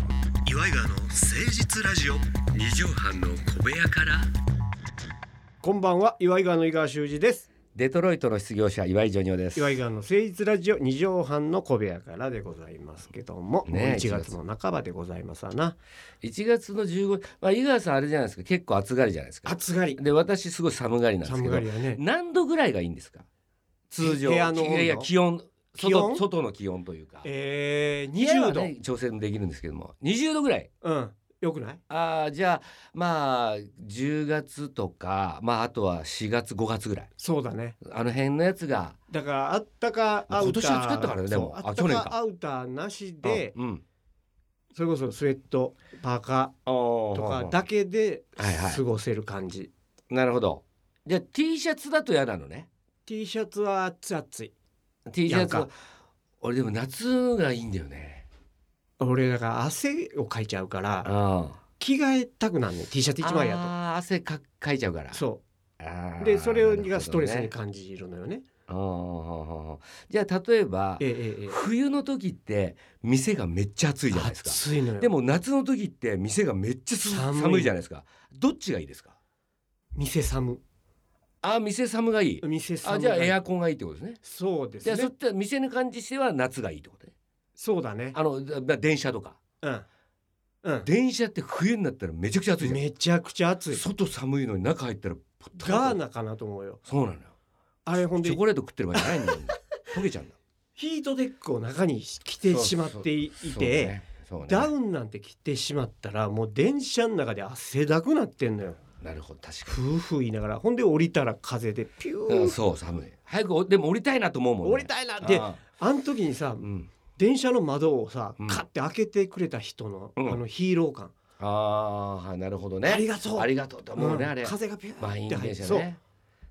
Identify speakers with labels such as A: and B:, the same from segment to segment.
A: イガーの誠実ラジオ
B: 二畳半の小部屋から
C: こんばんは岩井川の井川修司です
B: デトロイトの失業者岩井ジョニオです
C: 岩井川の誠実ラジオ二畳半の小部屋からでございますけども、
B: ねえ
C: もう1月の半ばでございますわな
B: 1月の15まあ井川さんあれじゃないですか結構暑がりじゃないですか
C: 暑がり
B: で私すごい寒がりなんです
C: 寒
B: け
C: が
B: ど
C: りやね
B: 何度ぐらいがいいんですか通常
C: 部屋の温
B: い
C: 度
B: やいや気温
C: 気温
B: 外外の気温というか
C: えー、
B: 部屋は
C: 20度、
B: ね調整できるんですけども20度ぐらい
C: うんよくない
B: あーじゃあまあ10月とかまああとは4月5月ぐらい
C: そうだね
B: あの辺のやつが
C: だからあったかアウター
B: 今年暑かったからねでも
C: そう
B: あ
C: あった
B: 去年か
C: かアウターなしで、
B: うん
C: それこそスウェットパーカー
B: と
C: とかだけで
B: はいはい
C: 過ごせる感じ、
B: なるほどじゃあ T シャツだと嫌なのね
C: T シャツは熱々
B: T シャツ
C: いや
B: は
C: か
B: 俺でも夏がいいんだよね
C: 俺だから汗をかいちゃうから
B: あ
C: 着替えたくなんねん T シャツ1枚や
B: あー汗かかいちゃうから
C: とそう
B: あー
C: でそれ
B: なるほど
C: が
B: ね
C: ストレスに感じるのよね。
B: あーほうほうほうじゃあ例えば
C: ええええ
B: 冬の時って店がめっちゃ暑いじゃないですか
C: 暑いのよ。
B: でも夏の時って店がめっちゃす
C: 寒い
B: 寒いじゃないですかどっちがいいですか
C: 店寒
B: あー店寒がいい
C: 店寒
B: あじゃあエ
C: ア
B: アコンがいいってことですね
C: そうです
B: じゃあそ
C: ね
B: っ。ちは店に感じしては夏がいいってことね
C: そうだね。
B: あのだだ電車とか
C: うんうん。
B: 電車って冬になったらめちゃくちゃ暑いじゃん
C: めちゃくちゃ暑い。
B: 外寒いのに中入ったらポタッと
C: ガーナかなと思うよ。
B: そうなのよ
C: あれほん
B: チ
C: で
B: ョコレート食ってる場合じゃないんだよ 溶けちゃうんだ
C: ヒートテックを中に着てしまってい
B: そう
C: て。
B: ねそうね
C: ダウンなんて着てしまったらもう電車の中で汗だくなってんのよ
B: なるほど確か
C: ふうふう言いながらほんで降りたら風でピュ
B: に、うん、
C: ー
B: そう寒い早くおでも降りたいなと思うもんね
C: 降りたいなって
B: あ
C: あの時にさ
B: ーうん
C: 電車の窓をさ
B: うん
C: カッて開けてくれた人のあ
B: うん
C: のヒーロー感
B: あーはいなるほどね
C: ありがとう
B: ありがとうと思うね、
C: うん
B: あれ
C: 風がピュー
B: 満
C: っ
B: 員
C: て入
B: 電
C: って
B: 車
C: そう
B: ね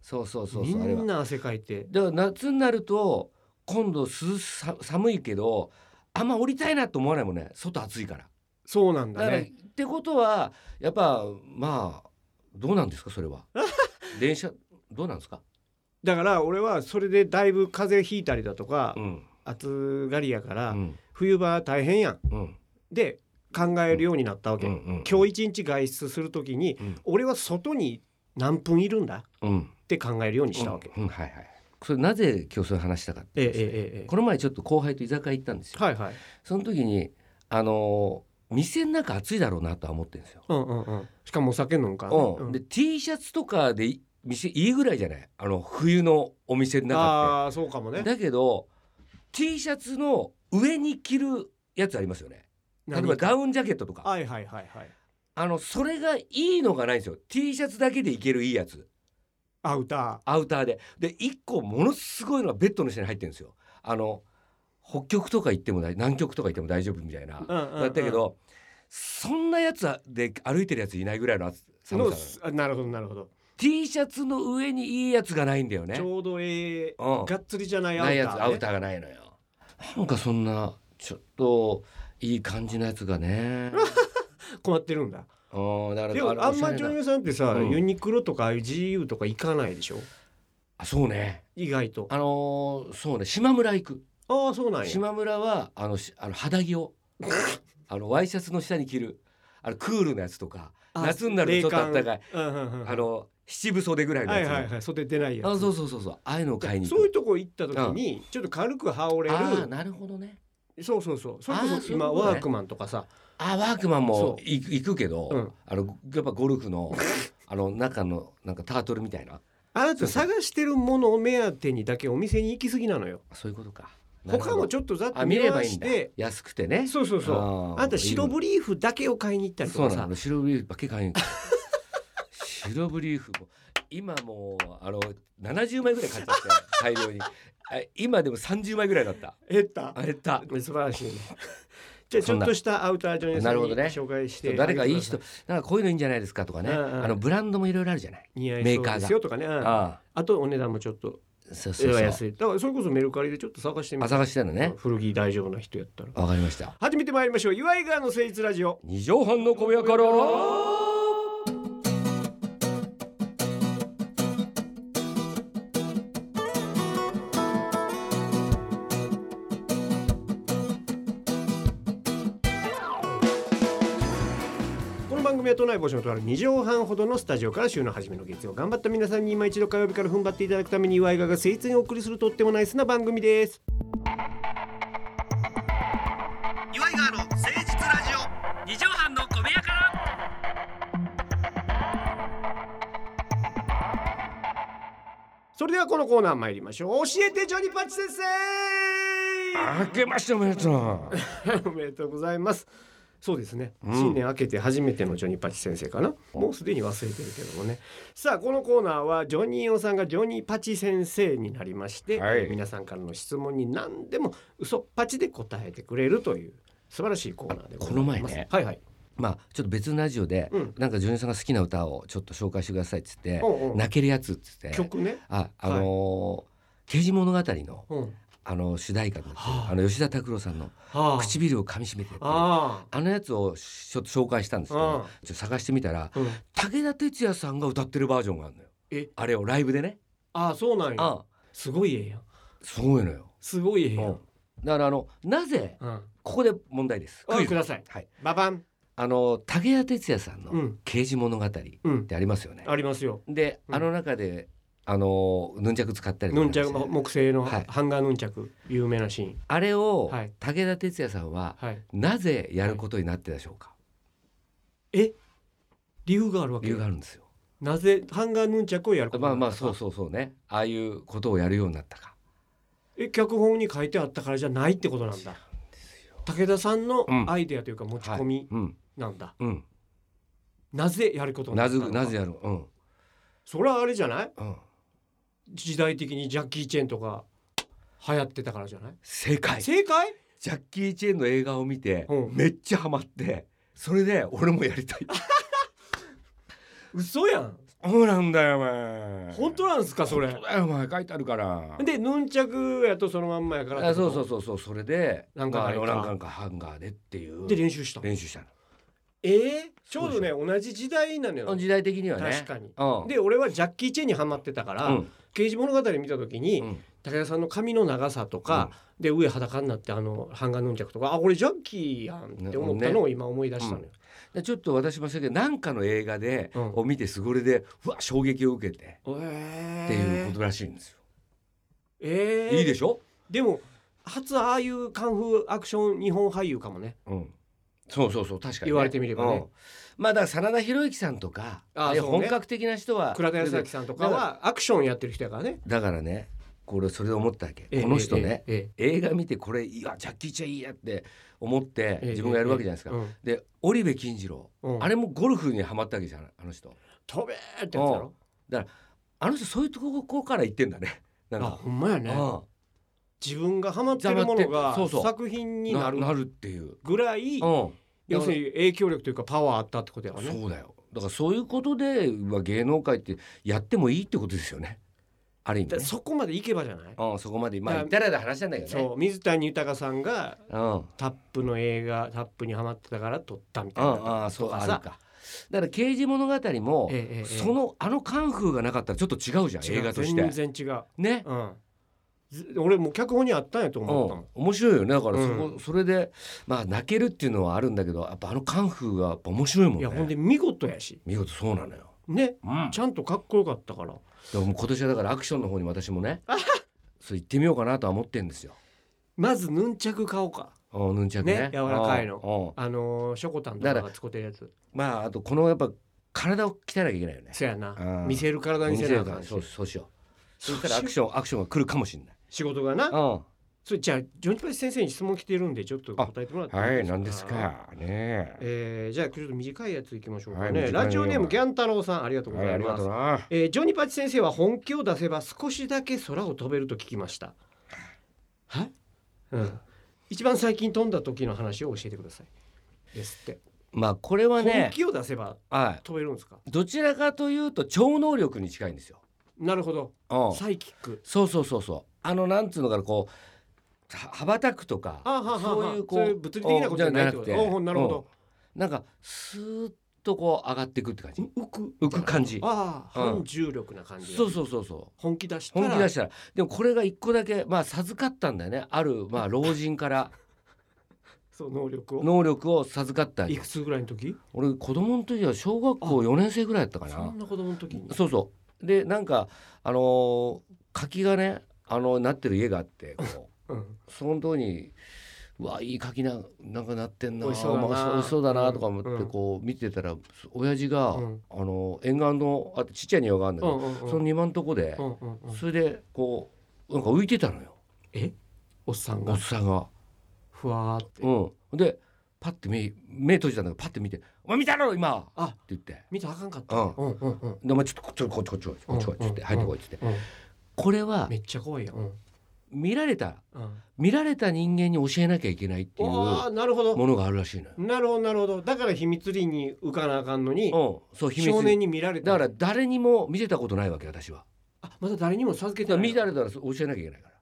B: そうそうそう
C: み
B: そうあれは
C: んな汗かいて
B: だから夏になると今度涼さ寒いけどあんま降りたいなと思わないもんね外暑いから
C: そうなん
B: だか
C: だ
B: らっ
C: ね
B: てことはやっぱまあどうなんですかそれ は電車どうなんですか、
C: だから俺はそれでだいぶ風邪ひいたりだとか
B: うん
C: 暑がりや
B: う
C: から
B: ん
C: 冬場大変やん
B: うん
C: で考えるようになったわ
B: う
C: け
B: んうん、
C: 今日一日外出するときに
B: うん
C: 俺は外に何分いるんだ
B: うん
C: って考えるようにしたわけ
B: うんうんはいはいそれなぜ今日そういう話したかって
C: ええ
B: いうと
C: え
B: ですね
C: ええ
B: この前ちょっと後輩と居酒屋行ったんです
C: え
B: よ、
C: はいはい
B: その時にあのー店の中暑いだろうなとは思ってるんですよ、
C: うんうんうんしかもお酒飲むからね
B: うん
C: うん
B: で T シャツとかでい店いいぐらいじゃないあの冬のお店の中っ
C: ああそうかも
B: て、
C: ね
B: だけど T シャツの上に着るやつありますよね例えば
C: 何か
B: ダウンジャケットとか
C: はいはいはいはい
B: あのそれがいいのがないんですよ T シャツだけでいけるいいやつ
C: アウタ
B: アウターでで1個ものすごいのがベッドの下に入ってるんですよあの北極とか行っても大南極とか行っても大丈夫みたいな、
C: ーうんうんうん
B: だったけどそんなやつはで歩いてるやついないぐらいの暑寒さなの
C: のあなるほどなるほど
B: T シャツの上にいいやつがないんだよね
C: ちょうどええ
B: うん
C: がっつりじゃないアウタ
B: な
C: ー、
B: い
C: ね、
B: やつアウターがないのよなんかそんなちょっといい感じのやつが ね
C: 困ってるんだ
B: うんだから
C: でもあんま
B: おし
C: 女
B: ゃれな
C: 優さんってさ、
B: うん
C: ユニクロとかああいう GU とか行かないでしょ
B: あそうね
C: 意外と
B: あのーそうね島村行く
C: ああそうなんや
B: 島村はあのしあの肌着 をあのワイシャツの下に着るあのクールなやつとか
C: あ
B: 夏になるとちょっと暖かい、
C: うんうんうん、
B: あの七分袖ぐらいの
C: は
B: や
C: い
B: つ、
C: はいはい袖出ないやつ
B: あそうそうそうそうああいうのを買いに行
C: そういう
B: く
C: とこ行った時に、ちょっと軽く羽織
B: ああー
C: れ
B: なるほどね
C: るそうそうそうそれ
B: あー
C: こ
B: そう
C: そ
B: いうこと
C: 今
B: ね
C: ワークマンとかさ
B: あワークマンも
C: そう
B: い行くけど、
C: うん
B: あのやっぱゴルフのあの中のなんかタートルみたいな
C: あなた探してるものを目当てにだけお店に行き過ぎなのよ
B: そういうことか
C: 他も
B: ょっ
C: ちょっとざっ
B: あ
C: と
B: 見
C: 見
B: れば
C: 回
B: いいん
C: し
B: だ
C: て
B: 安くてね
C: そうそうそう
B: あー
C: あんた白ブ
B: い
C: リーフだけを買いに行った
B: い
C: り
B: の
C: とか
B: そうな
C: さ
B: の白ブリーフばっかり買いに行く白ブリーフも今もうあの70枚ぐらい買っちゃったよ大量にあ今でも30枚ぐらいだった
C: 減った
B: あれだ
C: 素晴 らしいね。じゃあち
B: そん
C: ょ
B: な
C: っとしたアウタージョニーさ
B: なんる
C: に
B: ほどね
C: 紹介して、
B: 誰かいい人なんかこういうのいいんじゃないですかとかね、
C: うんうん
B: あのブランドもいろいろあるじゃない、
C: 似合いそうですよとかね。うん
B: あ
C: あとお値段もちょっと
B: あそうそうそう
C: 安い。だからそれこそメルカリでちょっと探してみ
B: あ
C: て、
B: 探してるのね
C: 古着大丈夫な人やったら。
B: わかりました
C: 始めてまいりましょう。岩井川の誠実ラジオ。
B: 二畳半の小部屋から
C: 組は都内防止のとある2畳半ほどのスタジオから週の初めの月曜頑張った皆さんに今一度火曜日から踏ん張っていただくために岩井川が誠実にお送りするとってもナイスな番組です
A: 岩井川の誠実ラジオ
B: 二畳半の小部屋から。
C: それではこのコーナー参りましょう教えてジョニパッチ先生
B: あけましておめでとう。
C: おめでとうございますそうですね、
B: うん
C: 新年明けて初めてのジョニーパチ先生かなもうすでに忘れてるけどもねさあこのコーナーはジョニーオさんがジョニーパチ先生になりまして、
B: はい
C: えー皆さんからの質問に何でも嘘っぱちで答えてくれるという素晴らしいコーナーでございます
B: この前ね
C: はいはい
B: まあちょっと別のラジオで、
C: うん
B: なんかジョニーさんが好きな歌をちょっと紹介してくださいっつって、
C: おうおう
B: 泣けるやつっつって。
C: 曲ね、
B: ああのー刑事物語の
C: うん、
B: あの主題歌になってる
C: はあ
B: あの吉田拓郎さんの
C: あ
B: 唇を噛み締めてっていうあ
C: あ
B: のやつをちょっと紹介したんですけ
C: うん
B: ど、ちょっと探してみたら
C: あ、うん、
B: 武田鉄矢さんが歌ってるバージョンがあるのよ。
C: え
B: あれをライブでね。
C: ああそうなんや
B: ああ、
C: すごいええやん
B: すごいのよ。
C: すごいええや
B: う
C: ん、うん
B: だからあのなぜ
C: ん
B: ここで問題です。
C: お
B: クイ
C: いく
B: ズ。
C: ださい
B: はい。
C: ババン
B: あの武田鉄矢さん
C: う
B: の
C: ん
B: 刑事物語っ
C: う
B: て
C: ん
B: ありますよね。
C: ありますよ
B: で、
C: うん
B: あの中であのヌンチャク使ったりとか
C: ヌ
B: ね
C: ンチャク木製の
B: はい
C: ハンガーヌンチャク有名なシーン
B: あれを
C: はい
B: 武田鉄矢さんは
C: はい
B: なぜやることになってたでしょうか。
C: え理由があるわ
B: 理
C: け
B: 由があるんですよ。
C: なぜハンガーヌンチャクをやること
B: ま
C: にな
B: あ
C: った
B: まあそうそうそうね。ああいうことをやるようになったか。
C: え脚本に書いてあったからじゃないってことなんだ武田さんの
B: うん
C: アイデアというか持ち込み
B: うん
C: なんだ、
B: うん。
C: なぜやることにな
B: な
C: った
B: ぜ
C: のか
B: なぜやる。うん
C: それはあれじゃない
B: うん。
C: 時代的にジャッキー・チェンとか流行ってたからじゃない、
B: 正解。
C: 正解
B: ジャッキー・チェンの映画を見て、
C: うん
B: めっちゃハマってそれで俺もやりたい
C: 嘘やん
B: そうなんだよお前
C: 本当なんですかそれ
B: 本当だよお前書いてあるから
C: でヌンチャクやとそのまんまやから
B: あそうそう
C: う
B: そうそうそれで
C: なんかあれか
B: まああのなんかハンガーでっていう
C: で練習した
B: 練習した
C: えー、ちょうどね同じ時代なのよ
B: の時代的にはね
C: 確かに
B: うん
C: で俺はジャッキー・チェンにハマってたから、
B: うん
C: 刑事物語見た時に、
B: うん
C: 武田さんの髪の長さとか、で上裸になってあのハンガーヌンチャクとかあ俺ジャッキーやんって思ったのを今思い出したのよ、
B: でちょっと私もしたけどなんかの映画で、
C: うん
B: を見てすごれでうわ衝撃を受けて
C: えー
B: っていうことらしいんですよ、
C: えー、
B: いいでしょ
C: でも初ああいうカンフーアクション日本俳優かもね
B: うんそうそうそう確かにね、
C: 言われてみればね
B: うんまあだから真田広之さんとか
C: あ
B: ああいう
C: そうね
B: 本格的な人は
C: 倉田康明さんとか
B: だ
C: はアクションやってる人やからね、
B: だからねこれそれで思ったわけ、
C: ええ
B: この人ね、
C: ええ
B: 映画見てこれいやジャッキー・チェンいいやって思って
C: ええ
B: 自分がやるわけじゃないですか、
C: うん
B: で織部金次郎、
C: うん
B: あれもゴルフにはまったわけじゃんあの人
C: 飛べーってやつだろ
B: あの人そういうとこから行ってんだねなん
C: あ
B: か
C: ほんまやね
B: あ
C: 自分がハマってるもの
B: 黙っ
C: が
B: てそうそう
C: 作品
B: あ
C: にな
B: な
C: る
B: なるっていう、
C: ぐらい
B: うん、
C: 要するに影響力というかパワーあったってことやわね
B: そうだよだからそういうことで、まあ、芸能界ってやってもいいってことですよねある意味
C: だ
B: ね
C: そこまでいけばじゃない
B: うん、そこまでまあ
C: だ
B: 言ったらで話したんだけどね
C: そう水谷豊さんが
B: うん
C: タップの映画タップにハマってたから撮ったみたいな
B: ああそう
C: と
B: あ
C: か
B: る
C: さ
B: かだから刑事物語も、
C: ええええ
B: そのあのカンフーがなかったらちょっと違うじゃん
C: 違う
B: 映画として
C: 全然違う、
B: ね、
C: うん、ず俺もう脚本にあったんやと
B: う
C: 思ったも
B: ん
C: ん、
B: 面白いよねだからそこ、
C: うん
B: それでまあ泣けるっていうのはあるんだけどやっぱあのカンフーがやっぱ面白いもんね
C: いやほんで見事やし
B: 見事そうなのよ、
C: ね
B: うん、
C: ちゃんとかっこよかったから
B: でももう今年はだからアクションの方に私も ねそう行ってみようかなとは思ってんですよ
C: まずヌンチャク買おうか
B: うんヌンチャクね
C: ね柔らかいの
B: の
C: あのー、ショコタンとかが使ってるやつ
B: まああとこのやっぱ体を鍛えなきゃいけないよね
C: そやな
B: うん
C: 見せる体
B: 見
C: にせ
B: せ
C: なあ
B: る
C: か
B: から
C: んし
B: そうそうしようそ
C: そう
B: したらアクションアクションが来るかもしれない
C: 仕事がな
B: うん
C: それじゃあジョニーパチ先生に質問来てるんでちょっと答えてもらって
B: はい、
C: い
B: なんですか。ねえ。
C: えー、じゃあちょっと短いやついきましょうか
B: はい
C: ね、
B: 短いのよ
C: ラジオネームギャン太郎さんありがとうご
B: はい、
C: ざ
B: あ
C: い
B: りが
C: ます、
B: とうな。
C: えージョニーパチ先生は本気を出せば少しだけ空を飛べると聞きましたは、うん、一番最近飛んだ時の話を教えてくださいですって、
B: まあ、これは
C: 本
B: ね、
C: 気を出せば
B: は
C: 飛べるんですか
B: い、どちらかというと超能力に近いんですよ。
C: なるほど
B: うん。
C: サイキック
B: そうそうそうそう。あのなんつうのかなこうは羽ばたくとか、
C: あははは
B: そういうこ
C: そう
B: う
C: いう物理的なことじゃないってこと
B: うんじゃなくて
C: おうなるほど、
B: うんなんかスーッとこう上がっていくって感じ。
C: 浮く
B: 浮く感じ。
C: ああ、
B: うん
C: 反重力な感じだ
B: そうそうそうそう。
C: 本気出したら
B: 本気出したらでもこれが一個だけまあ授かったんだよねあるまあ老人から
C: そう能力を
B: 能力を授かった
C: いくつぐらいの時
B: 俺子供の時は小学校4年生ぐらいやったか
C: そ
B: なん
C: な子供の時に
B: そうそうでなんかあのー柿がねあのなってる家があってこ
C: うん
B: うそのとこにうわいい柿ななんかなってんな
C: 美味しそうだな
B: まあ美味しそうだなとか思
C: うん
B: っ
C: う
B: て
C: ん
B: こう見てたら親父が、
C: うん
B: あの沿岸のあとちっちゃい庭があるんだ
C: う
B: け
C: ん
B: ど、
C: うんうん
B: その庭のとこで
C: う、んうんうん
B: それでこうなんか浮いてたのよ
C: えおっさん
B: お
C: が
B: っさんが。
C: ふわーって
B: うん、でパッて目目閉じたんだけどパッて見て「お前見たろ今!」
C: あ
B: って言って
C: 見たらあかんかった
B: う
C: ね
B: ん
C: うんうんうん
B: 「でお前ちょっとこっちこっちこっちこっちこっちこっち」っつって「
C: うん
B: 入ってこい」っつって
C: うん
B: これは
C: めっちゃ怖いやんうん
B: 見られた
C: うん
B: 見られた人間に教えなきゃいけないっていう
C: あ
B: も
C: あなるほど
B: のがあるらしいのよ。
C: なるほどなるほどだから秘密裏に浮かなあかんのに
B: うん、そう秘密
C: 少年に見られた
B: だから誰にも見せたことないわけ私は。
C: あまだ誰にも授け
B: だ
C: て
B: か
C: な
B: ら
C: い
B: 見られたらそう教えなきゃいけないから。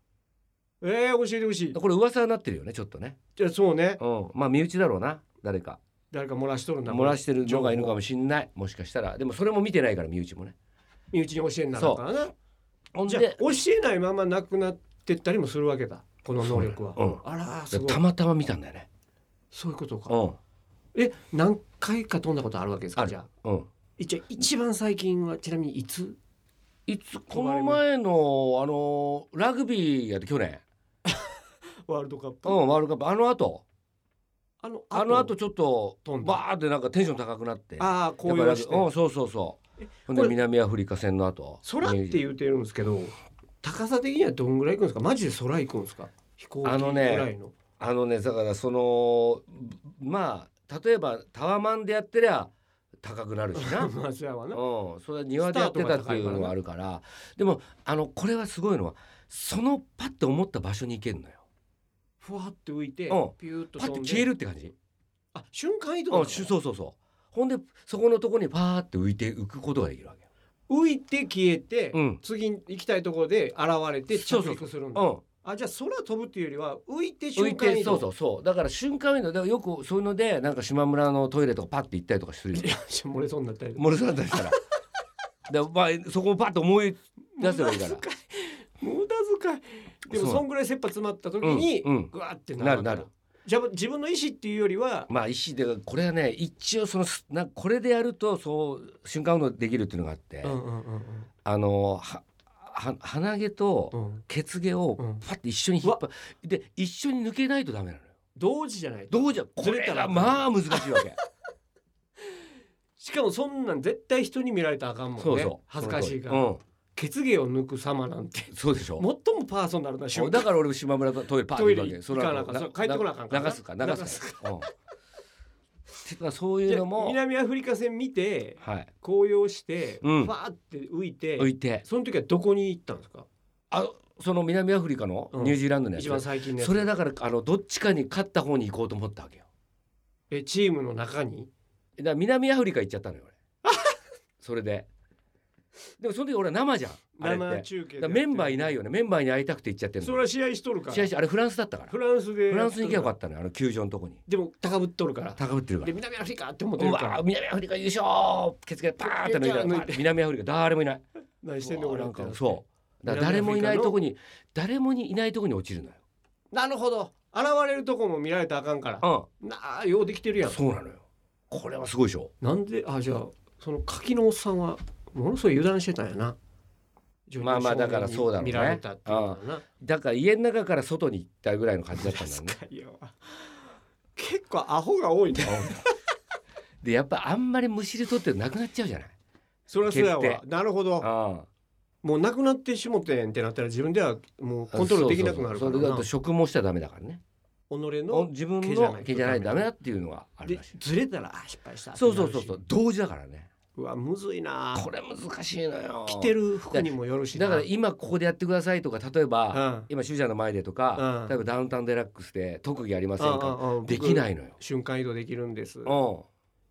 C: えー、教えてほしい
B: これ噂になってるよねちょっとね。
C: じゃあそうね
B: うん、まあ身内だろうな誰か
C: 誰か漏らしとるんだ
B: 漏らしてるのがいるか
C: も
B: もしんないもしかしたらでもそれも見てないから身内もね。
C: 身内に教えんならあかんからな
B: ほん
C: じゃあ
B: で
C: 教えないままなくなってったりもするわけだこの能力は、
B: そうなの
C: あらーすごい
B: たまたま見たんだよね。
C: そういうことか、
B: うん
C: え何回か飛んだことあるわけです
B: あ
C: か
B: る
C: じゃあ
B: うん、
C: 一応一番最近はちなみにいつ
B: いつこの前のあのラグビーやって去年、
C: ワールドカップ、
B: うん、ワールドカップあの後
C: あの
B: あの後ちょっと
C: 飛んだ
B: バーってなんかテンション高くなって
C: ああこう
B: やっぱラグ
C: して
B: うんそうそうそうほんで
C: これ
B: 南アフリカ戦の後
C: 空って言うてるんですけど高さ的にはどんぐらい行くんですかマジで空行くんですか飛行機
B: あ
C: ぐ
B: のね
C: らいの
B: あのねだからそのまあ例えばタワマンでやってりゃ高くなるし な。
C: まあそやわな
B: うん、それは庭でやってたっていうのがあるからでもあのこれはすごいのはそのパッと思った場所に行けるのよ
C: ふわって浮いて
B: うん
C: ピューッと
B: パッ
C: 飛
B: と
C: んで
B: 消えるって感じ
C: あ瞬間移動な
B: あ
C: の
B: しそうそうそうほんでそこのとこにパーって浮いて浮くことができるわけよ
C: 浮いて消えて、
B: うん
C: 次に行きたいところで現れて
B: そう
C: 着
B: そう
C: 陸するんだ
B: う
C: あじゃあ空飛ぶっていうよりは浮いて
B: ん浮
C: 瞬
B: い
C: 間
B: て
C: 移
B: そ
C: 動
B: うそうそうだから瞬間移動だからよくそういうのでなんか島村のトイレとかパッて行ったりとかするよ
C: い や漏れそうになったりとか
B: 漏れそうだったりしたらで、まあ、そこをパッと思い出せばいいから
C: 無駄遣い無駄遣いでも
B: そう
C: そんぐらい切羽詰まった時に
B: うんうん
C: ぐわって
B: なるな
C: わけだ
B: る
C: じゃあ自分の意思っていうよりは
B: まあ石でこれはね一応そのすなんかこれでやるとそう瞬間移動できるっていうのがあって、
C: うんうんうんうん
B: あのはは鼻毛
C: う
B: と
C: ん
B: 血毛を
C: うん
B: パッて一緒に引っ張って、で一緒に抜けないとダメなのよ
C: 同時じゃないと
B: どうじゃこ
C: ずれ
B: れ
C: たら
B: がまあ難し いわけ
C: しかもそんなん絶対人に見られたらあかんもんね
B: そうそう
C: 恥ずかしいから、
B: うん
C: 血芸を抜く様なんて
B: そうでしょ
C: 最もパーソナルな瞬間
B: だから俺も島村のトイレパー
C: トイ
B: ッ
C: レ
B: と
C: 行かなあかん
B: そ
C: そ
B: れ
C: う帰ってこなあかんから
B: 流すか流
C: 流
B: す
C: す
B: か、うん、てかそういう
C: じゃ
B: の
C: あ
B: も
C: 南アフリカ戦見て
B: はい
C: 紅葉して、フ
B: うん
C: ァーって浮いて
B: 置いて
C: その時はどこに行ったんですか
B: あその南アフリカの
C: うん
B: ニュージーランドのやつ、
C: 一番最近のやつ
B: それだからあのどっちかに勝った方に行こうと思ったわけよ
C: えチームの中に
B: だから南アフリカ行っちゃったのよ俺 それででもその時俺は生じゃんあれって
C: 生中継
B: だからメンバーいない
C: よ
B: よねメンバーに会いたくて行っちゃってる
C: それは試合しとるから
B: 試合してあれフランスだったから
C: フ
B: フ
C: ランスで
B: ランスに行けばよか
C: っ
B: ったのよあの球場のとこに
C: たでも高ぶっとるから
B: 高ぶってるから
C: で南アフリカって思って
B: う
C: るから
B: わ南アフリカ優勝ケツケパーって抜いたら
C: 抜いて
B: パーって南アフリカ誰もいない
C: 何してんの
B: うわ
C: 俺
B: な
C: なんん
B: か
C: か
B: そうだから誰
C: 南アフリカの
B: もいないとこに誰もいないとこに落ちるの
C: なるほど現れるとこも見られたらあかんから
B: よ
C: なあようできてる
B: う
C: や
B: ん
C: ん
B: そうなのよこれはすごいでしょ
C: なんであじゃあその柿のおっさんはものすごい油断してたんやな
B: まあまあだからそうだろうね
C: 見られたっていうのはな
B: だから家の中から外に行ったぐらいの感じだったんだよね
C: 確かによ結構アホが多いね
B: でやっぱあんまりむしり取ってなくなっちゃうじゃない
C: そりゃそうや
B: 決
C: わなるほど
B: あ
C: もうなくなってしもてんってなったら自分ではもうコントロールできなくなるから
B: それだ
C: な
B: と
C: 己
B: 食毛したらダメだからね
C: の
B: 自分
C: 毛じゃな
B: の
C: い
B: 毛じゃないとダメだっていうのがある
C: で
B: らしい
C: ずれたらあ失敗した
B: そうそうそうそうう同時だからね
C: うわむずいな
B: これ難しいのよ
C: 着てる服にもよるしな
B: だから今ここでやってくださいとか例えば、
C: うん
B: 今主者の前でとか、
C: うん
B: 例えばダウンタウンデラックスで特技ありません
C: うん
B: か、
C: うんうん
B: でき
C: 僕
B: ないのよ。
C: 瞬間移動できるんです
B: うん、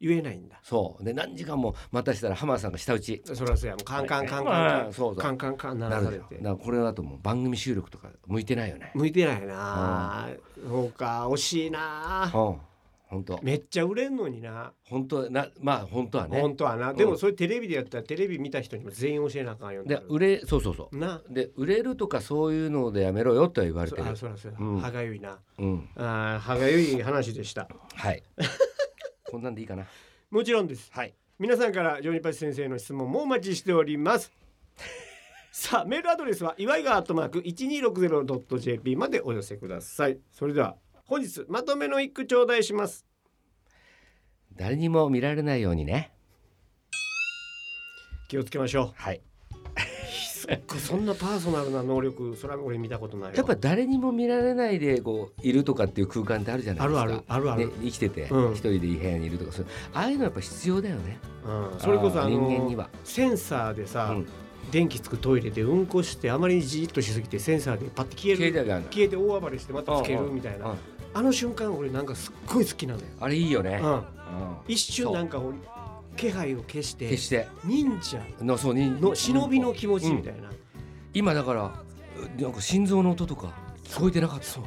C: 言えないんだ
B: そうで何時間も待たしたら浜田さんが舌打ち
C: そりゃそうやもうカンカンカン
B: う
C: カ
B: んそう
C: ン
B: そう
C: カンカンカン鳴
B: な
C: ら
B: る
C: さ
B: の
C: れ
B: よだ
C: て
B: からこれだともう番組収録とか向いてないよね。
C: 向いてないなそうか惜しいな
B: うん、本当
C: めっちゃ売れんのにな、
B: 本当はなまあ本当はね
C: 本当はな、
B: ん
C: でもそれテレビでやったらテレビ見た人にも全員教えなあかんように
B: で
C: なる
B: 売れそうそうそ
C: な
B: うで売れるとかそういうのでやめろよとは言われ
C: そ
B: てる
C: あそらそら、
B: うん
C: 歯がゆいな
B: うん
C: あー歯がゆい話でした
B: はい こんなんでいいかな
C: もちろんです
B: はい
C: 皆さんからジョニパチ先生の質問もお待ちしております さあメールアドレスは祝いがアットマーク 1260.jp までお寄せくださいそれでは本日まとめの一句頂戴します
B: 誰にも見られないようにね
C: 気をつけましょ
B: はいう
C: そんなパーソナルな能力それは俺見たことないわ
B: やっぱ誰にも見られないでこういるとかっていう空間ってあるじゃないですか
C: あるあるあるある
B: ね、生きてて一、
C: うん
B: 人でいい部屋にいるとかそうああいうのやっぱ必要だよね
C: うん、それこそあ
B: ー人間に
C: の
B: は、
C: センサーで
B: う
C: さ、
B: ん、
C: 電気つくトイレでうんこしてあまりにじーっとしすぎてセンサーでパッて消え
B: 携
C: る
B: 帯がある
C: 消えて大暴れしてまたつけるみたい
B: うんう
C: なんあの瞬間俺なんかすっごい好きなのよ、
B: あれいいよね、うん
C: うん、一瞬なんか俺気配を消して
B: 決して
C: 忍者
B: のそうに
C: の忍びの気持ちみたいな、
B: 今だからうなんか心臓の音とか聞こえてなかった
C: そう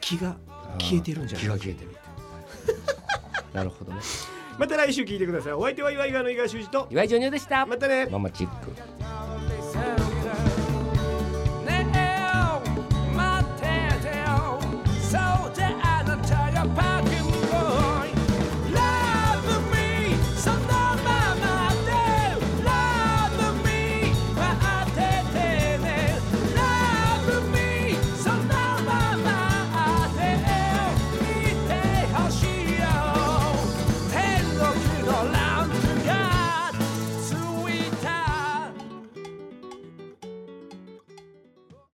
C: 気が消えてるんじゃない
B: 気が消えてるなるほどね
C: また来週聞いてくださいお相手は岩井川の井川修司と
B: 岩井ジョニオでした
C: またね
B: ママチック